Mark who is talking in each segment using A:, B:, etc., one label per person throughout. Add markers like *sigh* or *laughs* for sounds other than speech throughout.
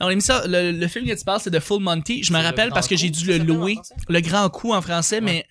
A: Non, l'émission- le, le film que tu parles, c'est de Full Monty. Je me
B: C'est le
A: rappelle
B: grand
A: parce que j'ai
B: coup,
A: dû
B: ça
A: le
B: s'appelle en
A: louer.
B: français?
A: Le grand coup en français, mais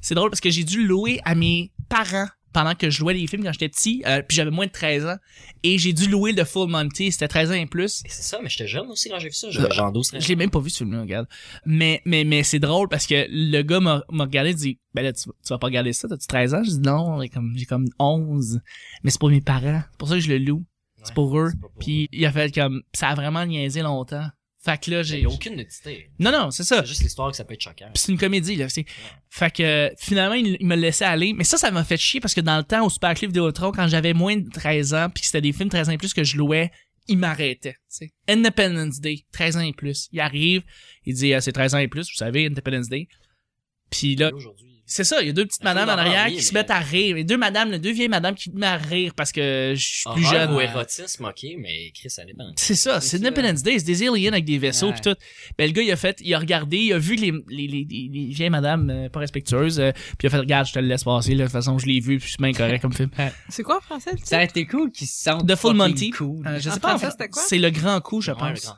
A: c'est drôle parce que j'ai dû le louer à mes parents pendant que je louais les films quand j'étais petit, euh, puis j'avais moins de 13 ans. Et j'ai dû louer le Full Monty, c'était 13 ans et plus.
B: Et C'est ça, mais j'étais jeune aussi quand j'ai
A: Euh,
B: vu ça. J'avais genre 12
A: Je l'ai même pas vu ce film-là, regarde. Mais, mais, mais c'est drôle parce que le gars m'a m'a regardé et dit Ben là, tu, vas- tu vas pas regarder ça, t'as-tu 13 ans J'ai dit non, j'ai comme, j'ai comme 11. Mais c'est pour mes parents, c'est pour ça que je le loue. C'est pour eux. Puis il a fait comme ça a vraiment niaisé longtemps. Fait que là, j'ai.
B: J'ai aucune nudité.
A: Non, non, c'est ça.
B: C'est juste l'histoire que ça peut être choquant.
A: Puis c'est une comédie, là. c'est- Fait que euh, finalement, il, il me laissait aller. Mais ça, ça m'a fait chier parce que dans le temps, au Superclip Vidéotron, quand j'avais moins de 13 ans, puis que c'était des films 13 ans et plus que je louais, il m'arrêtait. tu sais. Independence Day, 13 ans et plus. Il arrive, il dit, Ah, c'est 13 ans et plus, vous savez, Independence Day. Puis là,
B: Là, Aujourd'hui.
A: c'est ça, il y a deux petites
B: Un film
A: madames en
B: d'horreur,
A: arrière
B: oui,
A: qui se
B: mais-
A: mettent à rire. Et deux madames, là, deux vieilles madames qui me à rire parce que je suis plus
B: Horreur
A: jeune.
B: ou érotisme, ok, mais Chris, ça dépend.
A: C'est ça, c'est
B: C'est
A: Independence Day, c'est des aliens avec des vaisseaux
B: Ouais.
A: pis tout. Ben le gars il a fait, il a regardé, il a vu les les les, les, les vieilles madames euh, pas respectueuses, euh, puis il a fait regarde, je te le laisse passer là, de toute façon je l'ai vu, puis c'est bien correct comme film.
C: C'est quoi en français, le
D: Ça a
C: titre?
D: été cool qu'ils se sentent
A: The Full
D: fucking
A: Monty.
D: cool.
A: Euh, je
C: En
A: sais pas en
C: français,
A: fait,
C: c'était quoi?
A: c'est le grand coup je
B: Ouais, le
A: pense.
B: grand-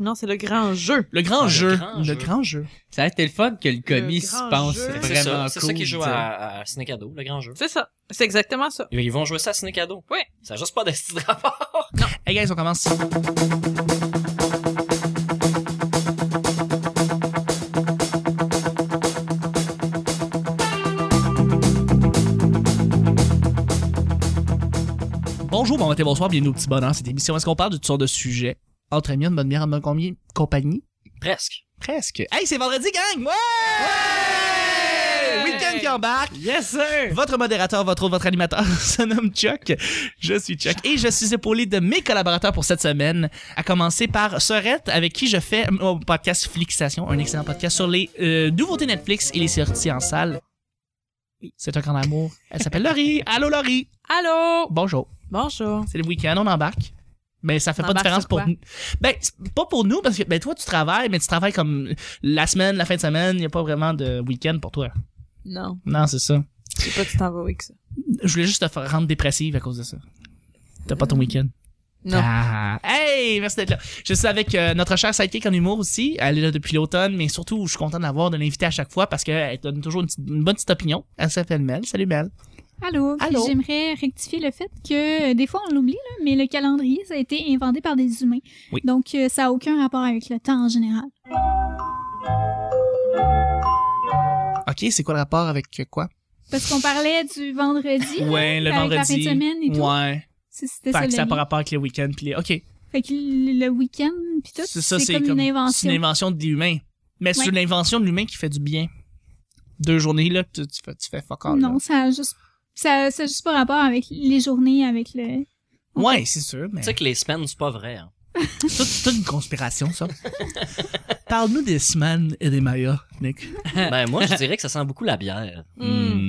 C: Non, c'est le grand jeu.
A: Le grand
B: Ouais, le
A: jeu,
B: grand
A: le
B: jeu.
A: grand jeu.
D: Ça a été le fun que le commis se
C: grand
D: pense
C: jeu.
D: vraiment
B: C'est ça,
D: cool.
B: c'est ça qui joue
D: tu sais.
B: à, à Cinecado, le grand jeu.
C: C'est ça. C'est exactement ça.
B: Ils vont jouer ça à Cinecado.
C: Ouais.
B: Ça a juste pas de style de rapport.
A: Hey guys, on commence. Bonjour, bon matin, bonsoir, bienvenue au petit bonheur. Cette émission, où est-ce qu'on parle de toutes sortes de sujets? Entre amis, de bonne bière, en bonne combi- compagnie?
B: Presque.
A: *laughs* Presque. Hey, c'est vendredi, gang! Ouais! Week-end qui embarque.
D: Yes, sir!
A: Votre modérateur, votre autre, votre animateur *laughs* se nomme Chuck. Je suis Chuck et je suis épaulé de mes collaborateurs pour cette semaine, à commencer par Sorette, avec qui je fais mon podcast Flixation, un excellent podcast sur les euh, nouveautés Netflix et les sorties en salle. Oui, c'est un grand amour. Elle s'appelle Laurie. Allô Laurie.
C: Allô?
A: Bonjour.
C: Bonjour.
A: C'est le week-end, on embarque. Ben ça fait
C: On
A: pas de
C: embarque
A: différence
C: sur
A: pour
C: quoi?
A: nous. Ben c'est pas pour nous parce que ben toi tu travailles, mais tu travailles comme la semaine, la fin de semaine, il y a pas vraiment de week-end pour toi.
C: Non,
A: Non, c'est ça.
C: je sais pas tu t'en vas avec ça.
A: Je voulais juste te faire rendre dépressive à cause de ça. T'as pas ton week-end.
C: Non.
A: Ah. Hey, merci d'être là. Je suis avec euh, notre chère sidekick en humour aussi. Elle est là depuis l'automne, mais surtout, je suis content d'avoir de l'inviter à chaque fois parce qu'elle donne toujours une, petite- une bonne petite opinion. Elle s'appelle Mel. Salut Mel.
E: Allô, puis
A: Allô?
E: j'aimerais rectifier le fait que euh, des fois on l'oublie, là, mais le calendrier, ça a été inventé par des humains.
A: Oui.
E: Donc euh, ça n'a aucun rapport avec le temps en général.
A: Ok, c'est quoi le rapport avec euh, quoi?
E: Parce qu'on parlait du vendredi, là,
A: Ouais, le
E: avec la fin de
A: vendredi.
E: semaine et tout.
A: Ouais.
E: C'est- C'était ça
A: Fait que ça
E: le
A: n'a pas
E: lien.
A: rapport avec le week-end. Puis les... Ok,
E: Fait que le le week-end puis tout,
A: c'est ça,
E: c'est comme, une invention.
A: C'est une invention de l'humain. Mais c'est
E: Ouais.
A: une invention de l'humain qui fait du bien. Deux journées, là, tu, tu fais, tu fais fuck all, là.
E: non, ça a juste ça, ça a juste pas rapport avec les journées, avec le.
A: Ouais, c'est sûr, mais.
B: Tu sais que les semaines, c'est pas vrai.
A: *laughs*
B: Hein.
A: C'est toute- toute une conspiration,
B: *laughs*
A: ça. Parle-nous des semaines et des mayas, Nick.
B: ben, moi, je dirais que ça sent beaucoup la bière.
C: Hmm.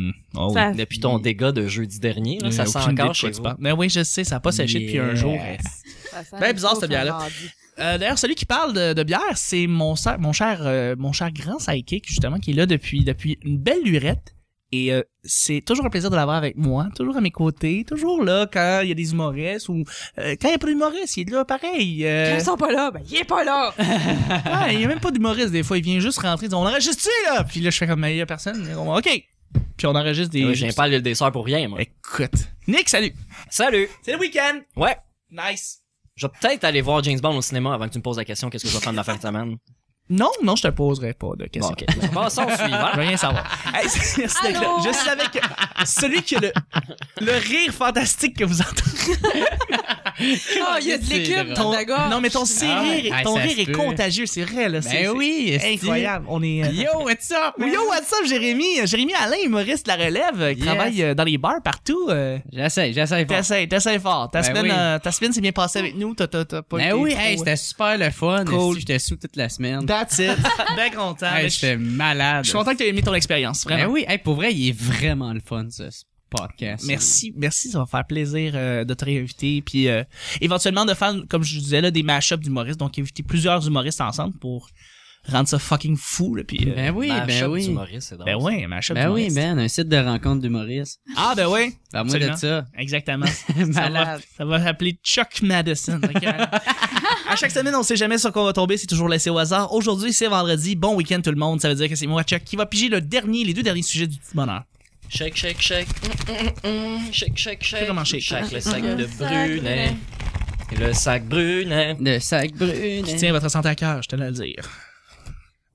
A: Hmm. Oh,
C: Ça-
B: Depuis ton dégât de jeudi dernier, là,
A: oui.
B: ça
A: J'ai
B: sent
A: aucune idée
B: encore
A: de
B: chez
A: quoi tu
B: vous.
A: parles. Mais oui, je sais, ça n'a pas séché depuis un jour.
C: Yes. Ça sent
A: Ben
C: la
A: bizarre,
C: sauce
A: cette bière-là.
C: à mardi.
A: Euh, D'ailleurs, celui qui parle de, de bière, c'est mon, sa- mon, cher, euh, mon cher grand sidekick, justement, qui est là depuis, depuis une belle lurette. Et euh, c'est toujours un plaisir de l'avoir avec moi, toujours à mes côtés, toujours là quand il y a des humoristes ou euh, quand il n'y a pas d'humoristes, il est là pareil. euh,
C: Quand Ils sont pas là, ben il est pas *laughs* là!
B: hein.
A: Ouais, *laughs* il n'y a même pas d'humoriste des fois. Il vient juste rentrer, il dit, on enregistre-tu, là? Puis là, je fais comme, mais il y a personne. Ils vont, OK. Puis on enregistre des...
B: Ah Ouais, J'ai pas le dessert pour rien, moi.
A: Écoute. Nick, salut.
B: Salut!
A: C'est le week-end.
B: Ouais,
A: Nice.
B: je vais peut-être aller voir James Bond au cinéma avant que tu me poses la question qu'est-ce que je vais faire de ma fin de semaine.
A: Non, non, je te poserai pas de
B: Bon,
A: questions.
B: ok. Passons au
A: Je *laughs*
B: suivant.
A: veux rien savoir. Hey, c'est- merci d'être là.
C: Allô?
A: Je suis avec celui qui a le, le rire fantastique que vous entendez.
C: Oh, il y a de
D: C'est
C: l'écume
D: drôle.
C: dans la gorge.
A: Non, mais ton, c'est
D: Ah ouais.
A: rire,
D: Ah,
A: ton
D: ça
A: rire
D: se
A: est
D: peut.
A: contagieux, c'est vrai. Là. C'est-
D: Ben oui,
A: c'est
D: esti.
A: incroyable. On est... euh,
D: Yo, what's up? man?
A: Yo, what's up, Jérémy? Jérémy Alain, humoriste de la relève, euh, qui
D: Yes.
A: travaille euh, dans les bars partout. euh,
D: J'essaie, j'essaie pas.
A: T'essayes, t'essayes fort. Ta,
D: Ben
A: semaine,
D: oui.
A: euh, ta semaine s'est bien passée avec nous. T'as, t'as, t'as pas
D: Ben
A: été
D: oui,
A: trop,
D: hey,
A: euh,
D: c'était super le fun.
A: Cool.
D: esti, J'étais sous toute la *laughs* semaine.
A: That's it. bien content.
D: Hey,
A: Mais je
D: j'étais malade.
A: je suis content que tu aies aimé ton expérience. Vraiment.
D: Ben oui, hey, pour vrai, il est vraiment le fun, ce ce podcast.
A: Merci, merci, ça va faire plaisir euh, de te réinviter, puis euh, éventuellement de faire, comme je disais là, des mashups d'humoristes, donc inviter plusieurs humoristes ensemble pour rendre ça fucking fou, là, puis. euh,
D: *laughs* Ben oui,
B: Ma
D: ben
B: shop
D: oui.
B: d'humoriste, c'est drôle.
A: ben oui, mashup
D: Ben oui,
A: d'humoristes.
D: man, un site de rencontre d'humoristes.
A: Ah ben oui,
D: Par moi de
A: Absolument.
D: *laughs* ça.
A: exactement. Ça va-
D: Malade. *laughs*
A: Ça va s'appeler Chuck Madison. ok? À chaque semaine, on sait jamais sur quoi on va tomber, c'est toujours laissé au hasard. Aujourd'hui, c'est vendredi. Bon week-end tout le monde. Ça veut dire que c'est moi, Chuck, qui va piger le dernier, les deux derniers sujets du petit bonheur.
B: Shake, shake, shake. Shake, shake, shake.
A: comment shake.
B: Shake le sac
C: Le
B: de
C: sac
B: Brunet. Le sac Brunet.
D: Le sac
A: Qui
B: Ben.
D: brune.
A: tient votre santé à cœur, je tenais à le dire.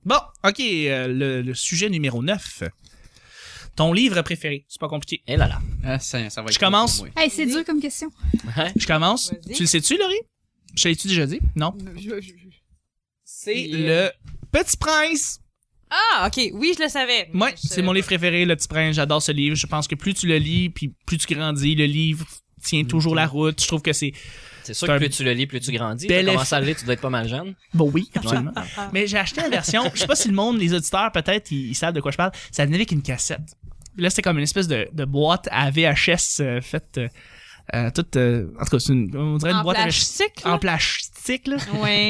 A: Bon, ok, euh, le, le sujet numéro 9. Ton livre préféré. C'est pas compliqué.
B: Et Eh là là.
D: Ah, ça, ça va être
A: Je commence.
D: cool pour moi.
E: Hey, c'est dur comme question.
B: Hein?
A: Je commence.
C: Vas-y.
A: Tu le sais-tu, Laurie? Je te l'ai-tu déjà dit? Non.
C: Je- je- je-
A: C'est
C: Yeah.
A: le Petit Prince.
C: Ah, ok. Oui, je le savais.
A: Ouais,
C: Je
A: c'est
C: savais
A: mon
C: pas.
A: livre préféré, Le Petit Prince. J'adore ce livre. Je pense que plus tu le lis, puis plus tu grandis, le livre tient toujours la route. Je trouve que c'est
B: C'est sûr
A: C'est un
B: que plus tu le lis, plus tu grandis.
A: bel
B: Tu commences à le lire, tu dois être pas mal jeune.
A: Bon, oui, absolument.
C: Ah, ah.
A: Mais j'ai acheté la version, je sais pas si le monde, les auditeurs, peut-être, ils, ils savent de quoi je parle. Ça venait avec une cassette. Puis Là, c'était comme une espèce de, de boîte à VHS euh, faite euh, euh, toute. euh, en tout cas, c'est une, on dirait une
C: En
A: boîte à VHS
C: plastique,
A: en
C: là?
A: plastique, là.
C: Ouais.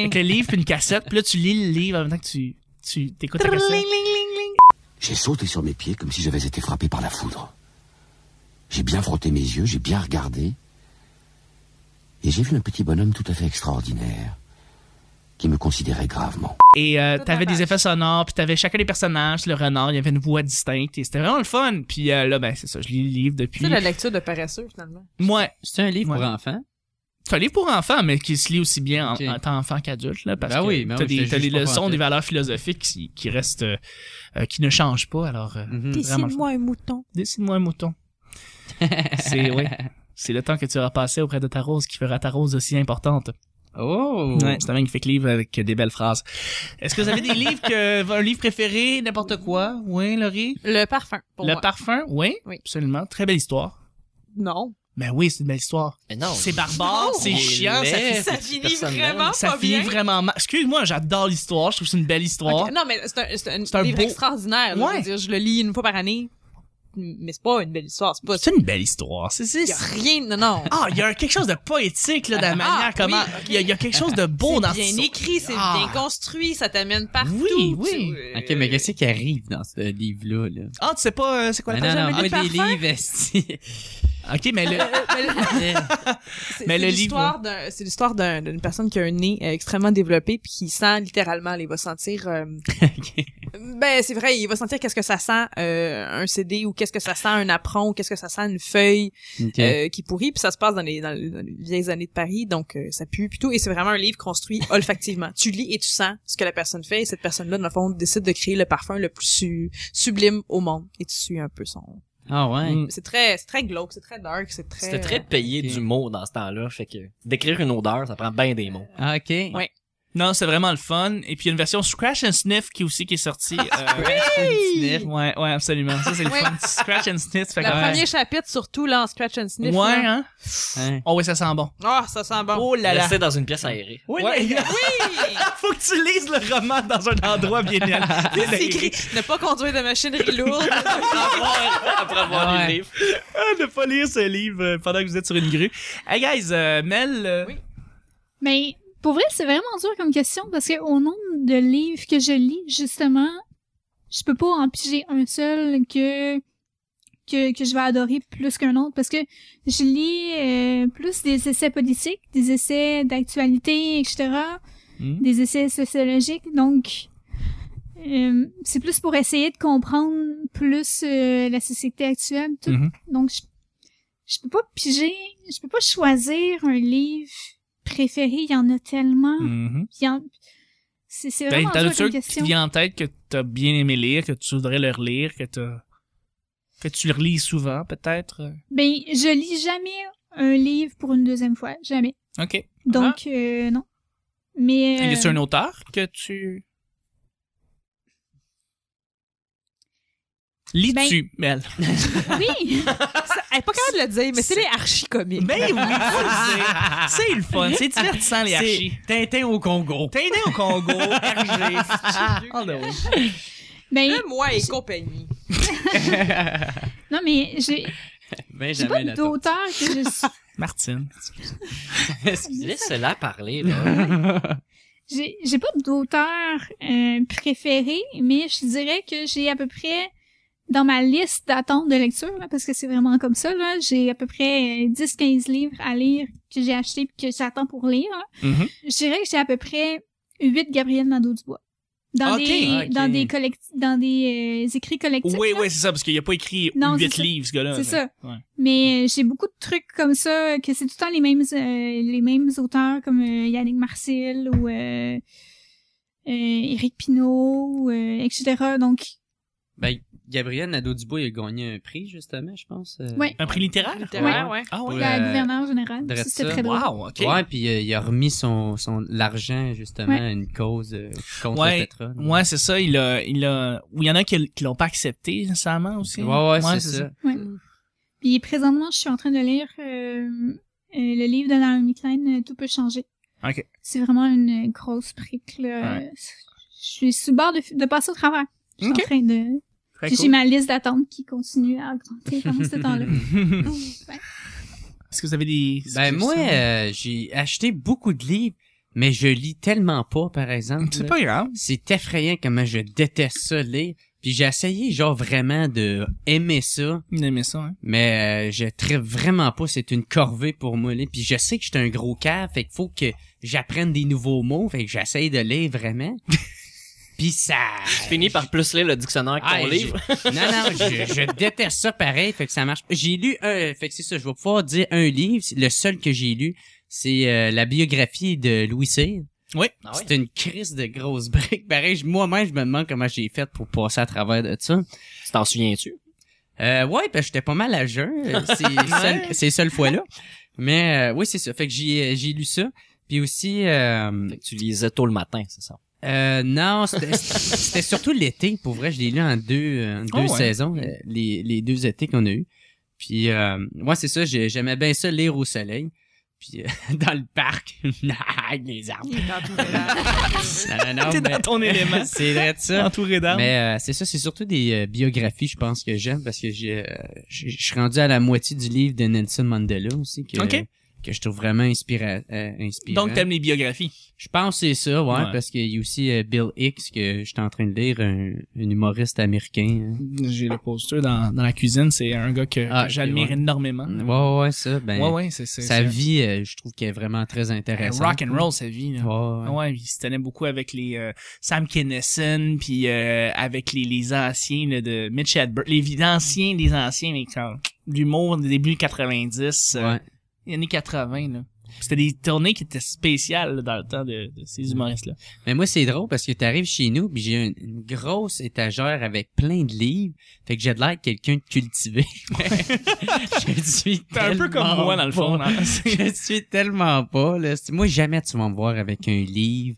A: *laughs* Avec le livre puis une cassette. Puis là, tu lis le livre en même temps que tu, tu écoutes la cassette.
F: J'ai sauté sur mes pieds comme si j'avais été frappé par la foudre. J'ai bien frotté mes yeux, j'ai bien regardé. Et j'ai vu un petit bonhomme tout à fait extraordinaire qui me considérait gravement.
A: Et euh,
C: Toute la
A: t'avais
C: page.
A: des effets sonores, puis t'avais chacun des personnages, le renard, il y avait une voix distincte, et c'était vraiment le fun. Puis euh, là, ben, c'est ça, je lis le livre
C: Tu
A: depuis.
C: sais, la lecture de paresseux, finalement.
A: Moi,
D: C'est un livre
A: Ouais.
D: pour enfants.
A: C'est un livre pour enfants, mais qui se lit aussi bien en,
D: Ok.
A: en tant enfant qu'adulte, là, parce
D: Ben
A: que
D: oui, ben
A: t'as
D: oui, je
A: des,
D: te
A: t'as
D: juge
A: des
D: pas
A: leçons,
D: pantoute.
A: des valeurs philosophiques qui, qui restent, euh, euh, qui ne changent pas. Alors, euh,
D: Mhm.
A: vraiment le fun.
C: un mouton.
A: dessine-moi un
D: *laughs*
A: mouton. c'est oui, c'est le temps que tu auras passé auprès de ta rose qui fera ta rose aussi importante.
D: Oh!
A: Ouais, c'est un magnifique livre avec des belles phrases. Est-ce que vous avez des livres que *laughs* un livre préféré, n'importe quoi Oui, Laurie.
C: Le parfum, pour
A: le
C: moi.
A: parfum, oui,
C: Oui.
A: absolument. Très belle histoire.
C: Non.
A: Ben oui, c'est une belle histoire.
B: Mais non.
A: C'est barbare,
B: Oh,
A: c'est
B: il
A: chiant, ça
B: l'est.
A: fait
C: Ça
B: petite
C: finit
B: personne-là,
C: vraiment
A: Ça
C: Ah, pas
A: finit
C: bien.
A: vraiment mal. Excuse-moi, j'adore l'histoire. Je trouve que c'est une belle histoire.
C: Ok, Non, mais c'est un, c'est un
A: C'est un
C: livre
A: beau-
C: extraordinaire. là.
A: Ouais.
C: Je, veux dire, je le lis une fois par année, mais c'est pas une belle histoire. C'est pas.
A: C'est une belle histoire. C'est, c'est-
C: Y a rien. Non, non.
A: Ah, il y a quelque chose de poétique là, de la
C: *laughs*
A: manière
C: Ah, oui,
A: comment.
C: ok.
A: Il y a- il y, a quelque chose de beau dans
C: C'est bien
A: ce-
C: écrit, c'est
A: Ah.
C: bien construit, ça t'amène partout.
A: Oui, oui.
C: tu-
D: Ok, mais qu'est-ce qui arrive dans ce livre-là? Là?
A: Ah, tu sais pas euh, c'est quoi la
D: non,
A: page?
D: non,
C: jamais
D: moi,
C: lu
D: des
C: Parfum?
D: livres, esti.
A: Ok, mais le- *laughs* Mais
C: C'est- c'est
A: le livre-
C: l'histoire d'un- C'est l'histoire d'un- d'une personne qui a un nez euh, extrêmement développé puis qui sent littéralement, elle va
D: *laughs*
C: sentir. euh, Ben c'est vrai, il va sentir qu'est-ce que ça sent euh, un CD ou qu'est-ce que ça sent un apron ou qu'est-ce que ça sent une feuille
D: Ok.
C: euh, qui pourrit puis ça se passe dans les, dans les- dans les vieilles années de Paris donc euh, ça pue puis tout et c'est vraiment un livre *laughs* construit olfactivement. Tu lis et tu sens ce que la personne fait et cette personne-là dans le fond décide de créer le parfum le plus su- sublime au monde et tu suis un peu son.
D: Ah ouais.
A: Mm.
C: C'est très c'est très glauque, c'est très dark, c'est très.
B: C'était très payé
D: Ok.
B: du mot dans ce temps-là. Fait que décrire une odeur, ça prend bien des mots.
D: Ah, ok.
C: Ouais.
A: non, c'est vraiment le fun. Et puis il y a une version Scratch and Sniff qui aussi qui est sortie.
C: *laughs*
A: euh,
D: Sniff.
A: ouais, ouais, absolument. Ça c'est le
C: Oui.
A: fun. Scratch and Sniff. Fait
C: Le
A: que-
C: premier euh, chapitre, surtout, là, en Scratch and Sniff.
A: Ouais,
C: là.
A: hein.
D: Hein.
A: Oh oui, ça sent bon.
C: Ah, ça sent bon.
A: Oh là là.
B: Rester dans une pièce aérée.
A: Oui,
C: *laughs*
D: Oui,
A: *laughs* Faut que tu lises le roman dans un endroit bien bien
C: *laughs* C'est écrit ne pas conduire de machinerie lourde.
B: Après avoir, *laughs* après avoir lu le
D: Ouais.
B: livre.
A: *laughs* Ah, ne pas lire ce livre euh, pendant que vous êtes sur une grue. Hey guys, euh, Mel, euh,
C: Oui.
E: Mais pour vrai, c'est vraiment dur comme question parce que au nombre de livres que je lis, justement, je peux pas en piger un seul que que, que je vais adorer plus qu'un autre parce que je lis euh, plus des essais politiques, des essais d'actualité, etc.,
A: Hmm.
E: des essais sociologiques. Donc, euh, c'est plus pour essayer de comprendre plus euh, la société actuelle. tout.
A: Mhm.
E: Donc, je, je peux pas piger, je peux pas choisir un livre préféré. Il y en a tellement.
A: Mhm.
E: Puis il y en- C'est c'est
A: Ben,
E: vraiment
A: t'en
E: dur
A: as-tu un
E: comme
A: qui
E: question.
A: te vient en tête que t'as bien aimé lire, que tu voudrais le relire, que t'as- que tu le relis souvent, peut-être? Euh,
E: Ben, je lis jamais un livre pour une deuxième fois. Jamais.
A: OK. Et
E: Donc, euh, non. Mais...
A: Ah. Y
E: euh,
A: a-tu un auteur que tu... Lis-tu, Mel? *laughs*
E: Oui!
C: Ça- *laughs* Elle est pas capable de le dire, mais c'est les archi-comiques.
A: Ben oui, faut le dire. *laughs* c'est le fun, c'est divertissant, les
D: C'est
A: archis.
D: Tintin au Congo.
A: T'es né au Congo, RG. All the way.
E: Ben,
C: Le moi et compagnie.
E: non, mais j'ai
D: Ben,
E: j'ai
D: jamais
E: pas
D: la
E: d'auteur que je suis...
A: Martine.
B: *laughs* Laisse-la parler, là.
E: J'ai j'ai pas d'auteur euh, préféré, mais je dirais que j'ai à peu près dans ma liste d'attente de lecture, là, parce que c'est vraiment comme ça, là, j'ai à peu près euh, 10-15 livres à lire que j'ai achetés et que j'attends pour lire. là.
B: Mm-hmm.
A: Mhm.
E: Je dirais que j'ai à peu près 8 Gabriel Nadeau-Dubois. Dans,
A: Ok,
E: des,
B: Ah, ok.
E: dans des collecti- dans des euh, écrits collectifs.
A: Oui,
E: là.
A: oui, c'est ça, parce qu'il a pas écrit
E: Non,
A: huit
E: c'est ça.
A: livres, ce gars-là.
E: C'est ça.
A: Ouais.
E: Mais euh, j'ai beaucoup de trucs comme ça, que c'est tout le temps les mêmes, euh, les mêmes auteurs comme euh, Yannick Marcil ou euh, euh, Éric Pinault, ou, euh, etc. Donc,
D: Ben, Gabriel Nadeau-Dubois, il a gagné un prix, justement, je pense. euh,
E: Ouais.
A: Un prix littéraire?
C: Littéraire, ouais.
A: Ah ouais.
D: Ouais.
E: la
D: Euh,
E: gouverneur générale,
D: dresse
E: ça, c'était
D: ça.
E: très drôle.
A: Wow, ok.
D: Ouais, puis euh, il a remis son, son l'argent justement à une cause euh, contre
A: Ouais.
D: le pétrole.
A: Ouais, c'est ça, il a, il a, ou il y en a qui, qui l'ont pas accepté, nécessairement, aussi.
D: ouais, ouais, c'est
A: c'est
D: ça.
E: Puis présentement, je suis en train de lire euh, euh, le livre de Naomi Klein, euh, Tout peut changer.
A: Ok.
E: C'est vraiment une grosse brique, là.
A: Ouais.
E: Je suis sur le bord de, de passer au travers. Je suis
A: Ok.
E: en train de...
A: Très
E: J'ai
A: cool.
E: ma liste d'attente qui continue à augmenter pendant ce temps-là.
A: *laughs* Est-ce que vous avez des...
D: Ben moi,
A: suggestions?
D: euh, j'ai acheté beaucoup de livres, mais je lis tellement pas, par exemple.
A: C'est
D: là.
A: pas grave.
D: C'est effrayant comment je déteste ça lire. Puis j'ai essayé genre vraiment de aimer ça,
A: Il aimait ça, hein.
D: mais euh, je tripe vraiment pas. C'est une corvée pour moi lire. Puis je sais que j'étais un gros cave, fait qu'il faut que j'apprenne des nouveaux mots, fait que j'essaye de
B: *laughs*
D: lire vraiment. Puis ça.
B: *laughs* Tu finis par plus lire le dictionnaire que
D: Ah,
B: ton
D: je-
B: livre.
D: Non, non, je, je déteste ça pareil, fait que ça marche. pas. J'ai lu un, fait que c'est ça, je vais pouvoir dire un livre, c'est le seul que j'ai lu, c'est euh, la biographie de Louis Cyr.
A: Oui.
B: Ah ouais?
D: C'est une crise de grosse brique. Pareil, je- moi-même, je me demande comment j'ai fait pour passer à travers de ça.
B: Tu t'en souviens-tu?
D: Euh, ouais, ben, j'étais pas mal à jeun,
A: *laughs*
D: euh, c'est seul- ces seules fois-là. Mais euh, oui, c'est ça, fait que j'ai, j'ai lu ça. Puis aussi, euh,
B: Fait que tu lisais tôt le matin, c'est ça.
D: euh, non,
A: *laughs*
D: c'était- c'était surtout l'été. Pour vrai, je l'ai lu en deux, en
A: Oh,
D: deux
A: ouais.
D: saisons, euh, les, les deux étés qu'on a eu. Puis, euh, ouais, c'est ça, j'ai- j'aimais bien ça, lire au soleil. Puis, *laughs* euh, dans le parc, *laughs* avec les arbres.
C: Il est dans tout le monde.
D: Non, non,
A: *laughs*
D: non,
A: T'es
D: mais-
A: dans
D: *laughs*
A: ton élément.
D: c'est vrai de ça.
A: Entouré d'armes.
D: Mais euh, c'est ça, c'est surtout des euh, biographies, je pense, que j'aime parce que j'ai, euh, je je suis rendu à la moitié du livre de Nelson Mandela aussi, que,
A: Ok.
D: que je trouve vraiment inspira euh, inspirant.
A: Donc, t'aimes les biographies.
D: Je pense que c'est ça, ouais,
A: Ouais.
D: parce qu'il y a aussi euh, Bill Hicks que j'étais en train de lire, un, un humoriste américain. hein.
A: J'ai le poster dans, dans la cuisine. C'est un gars que,
D: Ah,
A: que j'admire
D: ok, ouais.
A: énormément.
D: Ouais, ouais, ouais, ça, ben,
A: ouais, ouais, c'est, c'est,
D: sa
A: c'est-
D: vie, euh, je trouve qu'elle est vraiment très
A: Euh,
D: intéressante.
A: rock and roll, sa vie. Là.
D: Ouais, ouais.
A: Ouais, il se tenait beaucoup avec les euh, Sam Kinison, puis euh, avec les, les anciens là, de Mitch Hedberg, les vi- anciens des anciens, mais quand, l'humour des débuts 90, euh,
D: Ouais.
A: les années 80. Là. C'était des tournées qui étaient spéciales là, dans le temps de, de ces humoristes-là.
D: Mais moi, c'est drôle parce que t'arrives chez nous puis j'ai une, une grosse étagère avec plein de livres. Fait que j'ai de l'air de quelqu'un de cultivé. *laughs* je suis
A: T'es un peu comme
D: tellement
A: moi, dans le fond. *laughs*
D: pas-
A: hein. C'est-
D: *laughs* Je suis tellement pas, là. C'est- Moi, jamais tu vas me voir avec un livre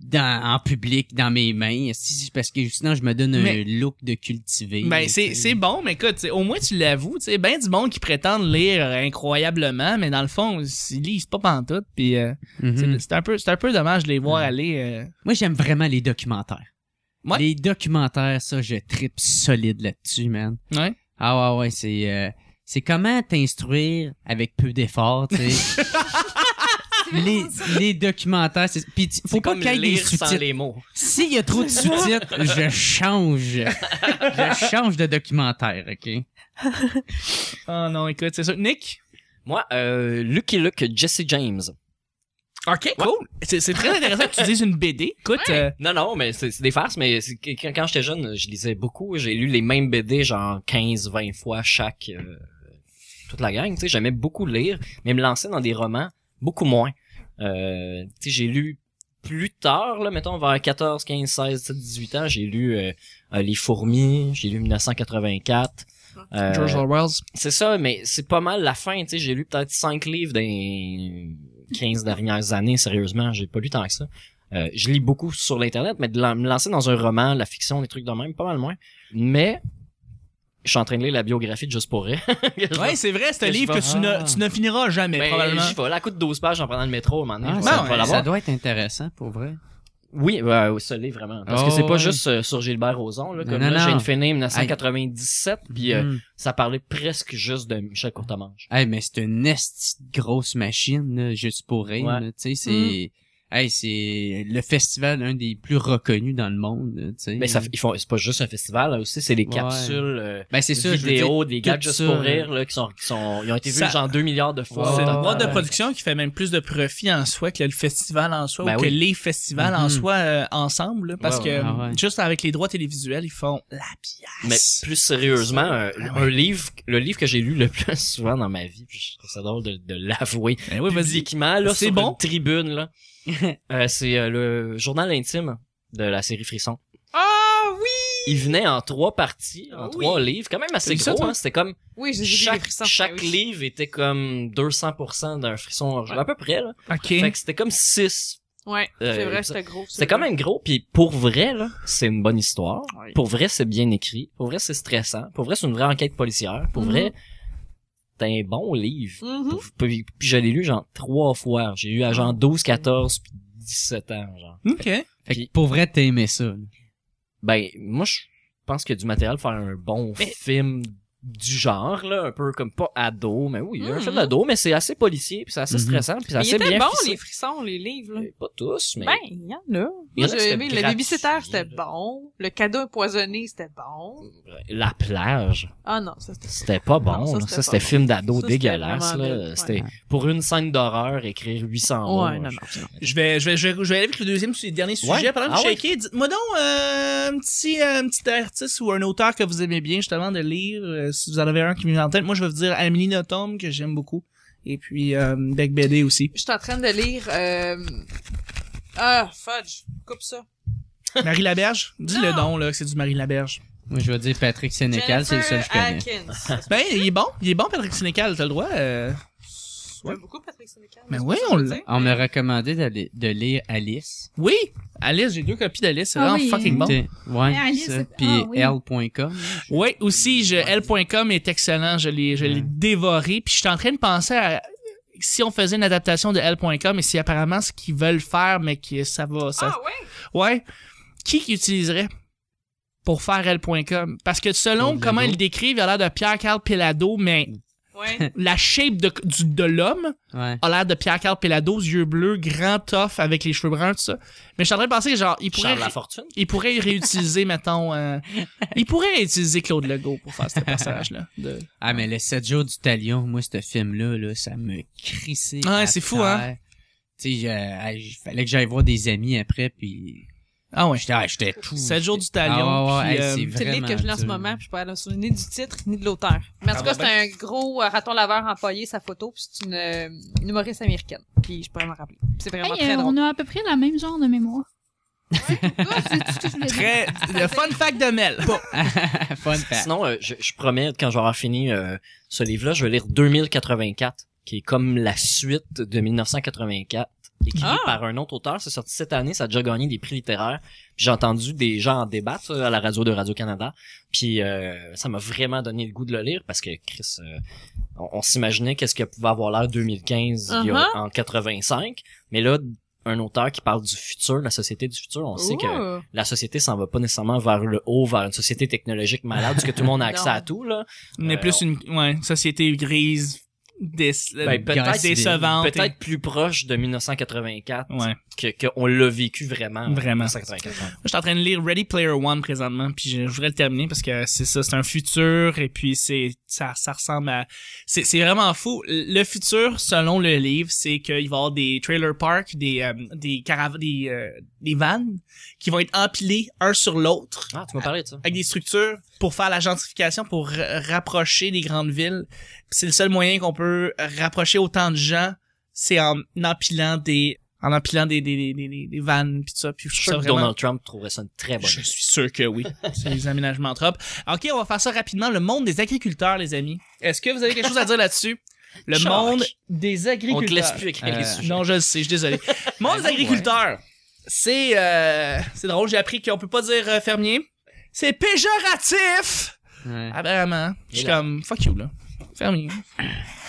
D: dans, en public, dans mes mains. Si, c'est parce que sinon, je me donne un
A: Mais-
D: look de cultivé.
A: Ben,
D: tu
A: c'est,
D: sais.
A: c'est bon, mais écoute, t'sais, au moins tu l'avoues, tu sais, ben du monde qui prétendent lire incroyablement, mais dans le fond, ils lisent pas pantoute, puis euh,
D: Mhm.
A: c'est, c'est un peu, c'est un peu dommage de les voir
D: Ouais.
A: aller... euh,
D: Moi, j'aime vraiment les documentaires.
A: Ouais.
D: Les documentaires, ça, je tripe solide là-dessus, man.
A: Ouais.
D: Ah ouais, ouais, c'est... euh, c'est comment t'instruire avec peu d'efforts, tu
B: *laughs*
D: sais. les, les documentaires, c'est... Puis tu- faut
B: C'est
D: pas
B: comme
D: qu'il y ait des
B: lire sans
D: sous-titres.
B: les mots.
D: S'il y a trop de
B: *laughs*
D: sous-titres, je change. Je change de documentaire, OK?
A: *laughs* Oh non, écoute, c'est ça. Nick?
B: Moi, euh, Lucky Luke, Jesse James.
A: Ok, cool. C'est, c'est très intéressant que tu dises une BD. Écoute, euh,
B: Non, non, mais c'est c'est des farces, mais c'est que- quand, quand j'étais jeune, je lisais beaucoup. J'ai lu les mêmes BD genre 15, 20 fois chaque... euh, toute la gang, tu sais. J'aimais beaucoup lire, mais me lancer dans des romans, beaucoup moins. Euh, tu sais, j'ai lu plus tard, là, mettons vers 14, 15, 16, 17, 18 ans, j'ai lu euh, euh, Les fourmis, j'ai lu 1984. euh,
A: George Orwell.
B: c'est ça, mais c'est pas mal la fin, tu sais, j'ai lu peut-être cinq livres dans les 15 dernières années, sérieusement, j'ai pas lu tant que ça. Euh, je lis beaucoup sur l'internet, mais de la- me lancer dans un roman, la fiction, des trucs de même, pas mal moins. Mais je suis en train de lire la biographie de Juste pour rire. *laughs*
A: Ouais, c'est vrai, c'est un
B: que je
A: livre
B: vais-
A: que tu Ben, ne, tu ne finiras jamais,
B: mais
A: probablement.
B: j'y vais là, à coup de 12 pages en prenant le métro, à un moment donné,
D: Ah,
B: je vais
D: ça,
B: pas l'avoir.
D: ça doit être intéressant, pour vrai.
B: Oui, bah, ça l'est vraiment. Parce
D: Oh,
B: que c'est pas
D: ouais.
B: juste euh, sur Gilbert Rozon. Là,
D: Non,
B: comme
D: non,
B: là, j'ai
D: non.
B: une finie en 1997, puis euh,
D: Mm.
B: ça parlait presque juste de Michel Courtemanche.
D: Hey, mais c'est une esti de grosse machine, là, juste pour rire.
B: Ouais. Hmm.
D: là, Tu sais, c'est... hey, c'est le festival un des plus reconnus dans le monde, tu sais.
B: Mais ça, ils font, c'est pas juste un festival, là, aussi, c'est des
D: Ouais.
B: capsules, euh,
D: ben c'est ça, je veux dire,
B: vidéos, des gags
D: tout
B: juste
D: ça,
B: pour
D: là.
B: rire, là, qui sont, qui sont, ils ont été vus
A: Ça-
B: genre 2 milliards de fois.
A: C'est
D: Ouais,
A: une
D: ouais,
A: boîte de
D: ouais.
A: production qui fait même plus de profit en soi que le festival en soi
B: Ben
A: ou que
B: oui.
A: les festivals en
D: Mhm.
A: soi euh, ensemble là, parce
B: Ouais,
A: que
B: ouais.
D: Ah ouais.
A: juste avec les droits télévisuels ils font la pièce.
B: Mais plus sérieusement, euh, un livre, le livre que j'ai lu le *laughs* plus souvent dans ma vie, puis je trouve ça drôle de, de l'avouer.
A: Ben oui, vas-y.
B: Publiquement, là,
A: C'est
B: sur
A: bon?
B: une tribune, là. Euh, c'est euh, le journal intime de la série Frisson.
C: Ah oui!
B: Il venait en trois parties, en
C: Oui.
B: trois livres, quand même assez
A: T'as lu ça,
B: gros,
A: toi?
B: hein, C'était comme
C: Oui, j'ai j'ai des
B: chaque,
C: frissons.
B: chaque
C: Ah oui.
B: livre était comme 200% d'un frisson original, à peu près. Là.
A: OK.
B: Fait que c'était comme 6.
C: Ouais,
B: Euh,
C: c'est
B: ça-
C: vrai, c'était gros.
B: C'était quand même gros, puis pour vrai, là, c'est une bonne histoire.
C: Ouais.
B: Pour vrai, c'est bien écrit. Pour vrai, c'est stressant. Pour vrai, c'est une vraie enquête policière. Pour
C: Mhm.
B: vrai, c'est un bon livre.
C: Mhm.
B: Pour- Puis, puis je l'ai lu genre trois fois. J'ai lu à genre 12, 14, puis 17 ans. Genre.
A: OK.
D: fait que pour vrai t'aimais ça. là.
B: Ben, moi, je pense que du matériel pour faire un bon
A: Mais-
B: film du genre, là, un peu comme pas ado, mais oui, un
C: Mhm.
B: film d'ado, mais c'est assez policier, puis c'est assez
D: Mhm.
B: stressant, puis c'est
C: Mais Ils
B: assez
C: étaient
B: bien
C: bons,
B: ficelé.
C: les frissons, les livres, là.
B: Euh, Pas tous, mais...
C: Ben, il y en a.
B: Il y en
C: Moi,
B: a que
C: j'ai
B: c'était
C: aimé. Le
B: gratuit,
C: babysitter, c'était
B: là.
C: bon. Le cadeau empoisonné, c'était bon.
B: La plage,
C: Ah non, ça, c'était...
B: c'était pas bon.
C: Non, ça,
B: là.
C: c'était
B: ça,
C: pas
B: c'était
C: bon.
B: film d'ado
C: Ça, c'était
B: dégueulasse.
C: vraiment
B: là.
C: laid, ouais.
B: C'était pour une scène d'horreur, écrire 800 mots.
C: Ouais, non, non.
A: Je vais, je vais, je vais, je vais aller avec le deuxième su- dernier sujet.
B: Ouais.
A: Pendant que
B: Ah
A: je
B: ouais.
A: checkais, dites-moi donc euh, un petit, euh, un petit artiste ou un auteur que vous aimez bien justement de lire. euh, si vous en avez un qui me vient en tête, moi je vais vous dire Amélie Nothomb que j'aime beaucoup et puis euh, Beck BD
B: *laughs*
A: aussi.
C: Je suis en train de lire... Euh... Ah, fudge. Coupe ça.
A: Marie Laberge, dis-le
C: Non.
A: donc là que c'est du Marie Laberge.
D: Moi je vais dire Patrick Sénécal, c'est le seul que je connais.
C: Jennifer Atkins.
A: Ben il est bon, il est bon Patrick Sénécal, t'as le droit. euh, Ouais.
C: J'aime beaucoup Patrick Sénécal.
A: Mais
C: c'est
A: oui,
C: pas ça
A: on
C: que je
A: l'a.
C: veux dire.
D: On me recommandait d'aller- de lire Alice.
A: Oui, Alice, j'ai deux copies d'Alice, c'est
E: Ah
A: vraiment
E: oui,
A: fucking
E: hein.
A: bon.
D: T'es- Ouais,
E: Alice,
D: ça.
E: c'est-
D: Puis
E: ah, oui.
D: L.com.
A: Oui, aussi, je, L.com est excellent. Je l'ai, je l'ai
D: Ouais.
A: dévoré. Puis je suis en train de penser à si on faisait une adaptation de L.com et si apparemment ce qu'ils veulent faire, mais que ça va. Ça,
C: Ah ouais?
A: Ouais. Qui qui utiliserait pour faire L.com? Parce que selon
D: Claude
A: comment
D: Legault.
A: ils le décrivent, il a l'air de Pierre-Carl Pelado, mais
C: Ouais.
A: la shape de, du- de l'homme
D: Ouais.
A: a l'air de Pierre-Carl Pelado, yeux bleus, grand tough avec les cheveux bruns, tout ça. Mais je suis en train de penser que genre, il pourrait
B: Charles La Fortune.
A: il pourrait réutiliser, mettons, euh, il pourrait utiliser Claude Legault pour faire ce personnage-là. de-
D: Ah, mais le 7 jours du talion, moi, ce film-là, là, ça me crissait.
A: Ouais,
D: à
A: c'est fou, hein?
D: terre. Tu sais, je- ah, il fallait que j'aille voir des amis après, puis *laughs*
A: Ah ouais.
D: j'étais, ah, j'étais tout.
A: 7 jours du talion.
D: Ah, ouais, ouais,
A: puis,
D: hey,
A: euh,
D: c'est
C: C'est le
D: vraiment.
C: livre que je lis en ce
D: dur.
C: moment, puis je peux aller me souvenir du titre ni de l'auteur. Mais en
A: Ah
C: tout cas,
A: bah
C: c'est un gros euh, raton laveur empaillé, sa photo, puis c'est une, euh, une humoriste américaine. Puis je pourrais m'en rappeler. Puis C'est vraiment
E: Hey,
C: très
E: euh,
C: drôle.
E: on a à peu près la même genre de mémoire. C'est tout ce que je voulais dire.
A: très, euh, le fun fact de Mel.
D: Fun fact.
B: Sinon, euh, je, je promets, quand j'aurai fini euh, ce livre-là, je vais lire 2084, qui est comme la suite de 1984, écrit
C: Ah!
B: par un autre auteur. C'est sorti cette année, ça a déjà gagné des prix littéraires. Puis J'ai entendu des gens en débattre euh, à la radio de Radio-Canada. Puis euh, ça m'a vraiment donné le goût de le lire parce que Chris, euh, on, on s'imaginait qu'est-ce que pouvait avoir l'air 2015 il y a-
C: Uh-huh.
B: en 85. Mais là, un auteur qui parle du futur, la société du futur, on sait que
C: Ouh.
B: la société s'en va pas nécessairement vers le haut, vers une société technologique malade, parce que tout le monde a accès
C: *laughs* Non.
B: à tout, là.
A: Mais
B: Euh,
A: plus une ouais, société grise, des,
B: Ben, peut-être
A: décevante. et-
B: Peut-être plus proche de 1984
A: Ouais. Moi,
B: que qu'on l'a vécu vraiment.
A: Vraiment.
B: 1984.
A: je suis en train de lire Ready Player One présentement, puis je, je voudrais le terminer parce que c'est ça, c'est un futur, et puis c'est ça, ça ressemble à... C'est c'est vraiment fou. Le futur, selon le livre, c'est qu'il va y avoir des trailer parks, des, euh, des, caravanes, des, euh, des vannes qui vont être empilés un sur l'autre,
B: Ah, tu m'as parlé de ça.
A: avec des structures pour faire la gentrification, pour ra- rapprocher les grandes villes. Puis C'est le seul moyen qu'on peut rapprocher autant de gens, c'est en empilant des en empilant des des des, des, des- des vannes puis tout ça. Puis je
B: Je suis
A: trouve ça
B: sûr que
A: vraiment-
B: Donald Trump trouverait ça une très bonne
A: Je
B: idée.
A: suis sûr que oui. C'est les aménagements trop. Ok, on va faire ça rapidement. Le monde des agriculteurs, les amis. Est-ce que vous avez quelque chose à dire là-dessus? Le
B: Choc.
A: monde des
B: On te laisse
A: agriculteurs.
B: plus écrire les
D: Euh,
B: sujets.
A: Non, je le sais, je suis
B: *laughs*
A: désolé. Monde des agriculteurs. C'est euh, c'est drôle, j'ai appris qu'on peut pas dire euh, fermier. C'est péjoratif.
D: Ouais.
A: Ah ben, vraiment. Je suis
B: Et là.
A: comme fuck you là. Fermier.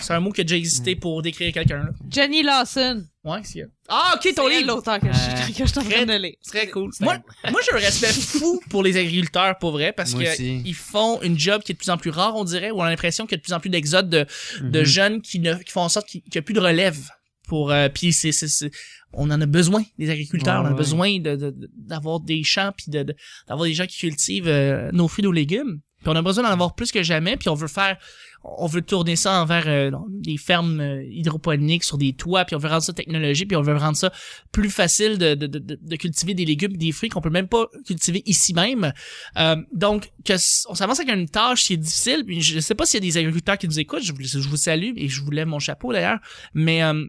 A: C'est un mot que j'ai existé pour décrire quelqu'un là.
C: Jenny Lawson.
A: Ouais, c'est Ah ok, ton
C: C'est elle,
A: livre.
C: l'auteur que
D: Euh,
C: je *laughs* que je suis en train de lire.
A: Très cool. Moi, moi j'ai un respect fou pour les agriculteurs pour vrai parce
D: Moi
A: que
D: aussi.
A: ils font une job qui est de plus en plus rare on dirait ou on a l'impression qu'il y a de plus en plus d'exodes de, de
D: Mhm.
A: jeunes qui ne qui font en sorte qu'il qu'il y a plus de relève pour euh, puis c'est c'est- c'est- on en a besoin des agriculteurs,
D: Ouais,
A: on a
D: ouais.
A: besoin de- de- d'avoir des champs puis de- de- d'avoir des gens qui cultivent euh, nos fruits nos légumes. Puis on a besoin d'en avoir plus que jamais puis on veut faire on veut tourner ça envers euh, des fermes euh, hydroponiques sur des toits puis on veut rendre ça technologique puis on veut rendre ça plus facile de, de, de, de- de cultiver des légumes des fruits qu'on peut même pas cultiver ici même. Euh, donc que s- on s'avance avec une tâche qui est difficile. Puis Je sais pas s'il y a des agriculteurs qui nous écoutent, je vous, je vous salue et je vous lève mon chapeau d'ailleurs, mais euh,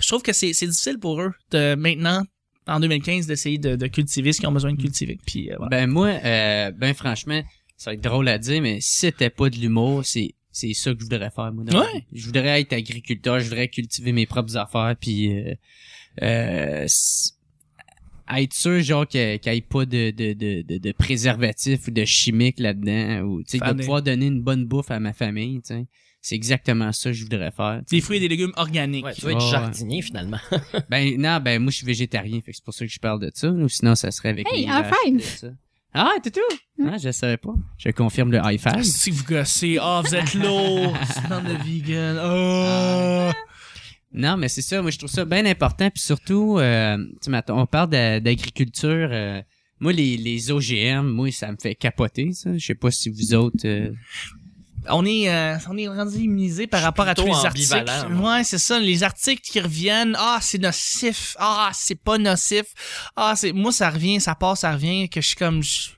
A: je trouve que c'est c'est difficile pour eux de maintenant en 2015 d'essayer de, de cultiver ce qu'ils ont besoin de cultiver. Puis euh, voilà.
D: Ben moi, euh, ben franchement, ça va être drôle à dire, mais si c'était pas de l'humour, c'est c'est ça que je voudrais faire moi. dans la
A: Ouais.
D: vie. Je voudrais être agriculteur, je voudrais cultiver mes propres affaires, puis euh, euh, s- être sûr genre que- qu'il n'y ait pas de de, de, de de préservatif ou de chimique là-dedans, ou tu sais de
A: Fané.
D: pouvoir donner une bonne bouffe à ma famille. tu sais. C'est exactement ça que je voudrais faire.
A: des fruits et des légumes organiques.
B: Ouais, tu veux être
D: Ouais.
B: jardinier finalement.
D: Ben non, ben moi je suis végétarien, fait que c'est pour ça que je parle de ça. Ou sinon ça serait avec
E: Hey,
D: les
E: high
D: vaches,
E: five!
D: tout ça. Ah, tout tout.
E: Mm.
D: Ah, je savais pas. Je confirme le high five.
A: Si Ah, vous gossez, ah vous êtes lourd, c'est dans le vegan. Oh.
D: Non, mais c'est ça. Moi, je trouve ça bien important. Puis surtout, euh, tu m'attends- on parle d'a- d'agriculture. euh, moi, les, les OGM, moi, ça me fait capoter. Ça. Je sais pas si vous autres. euh,
A: On est euh, on est rendu immunisé par
B: Je suis
A: rapport à tous les
B: plutôt
A: articles.
B: ambivalent,
A: Ouais, c'est ça, les articles qui reviennent, ah c'est nocif, ah c'est pas nocif. Ah c'est moi ça revient, ça part, ça revient que je suis comme je-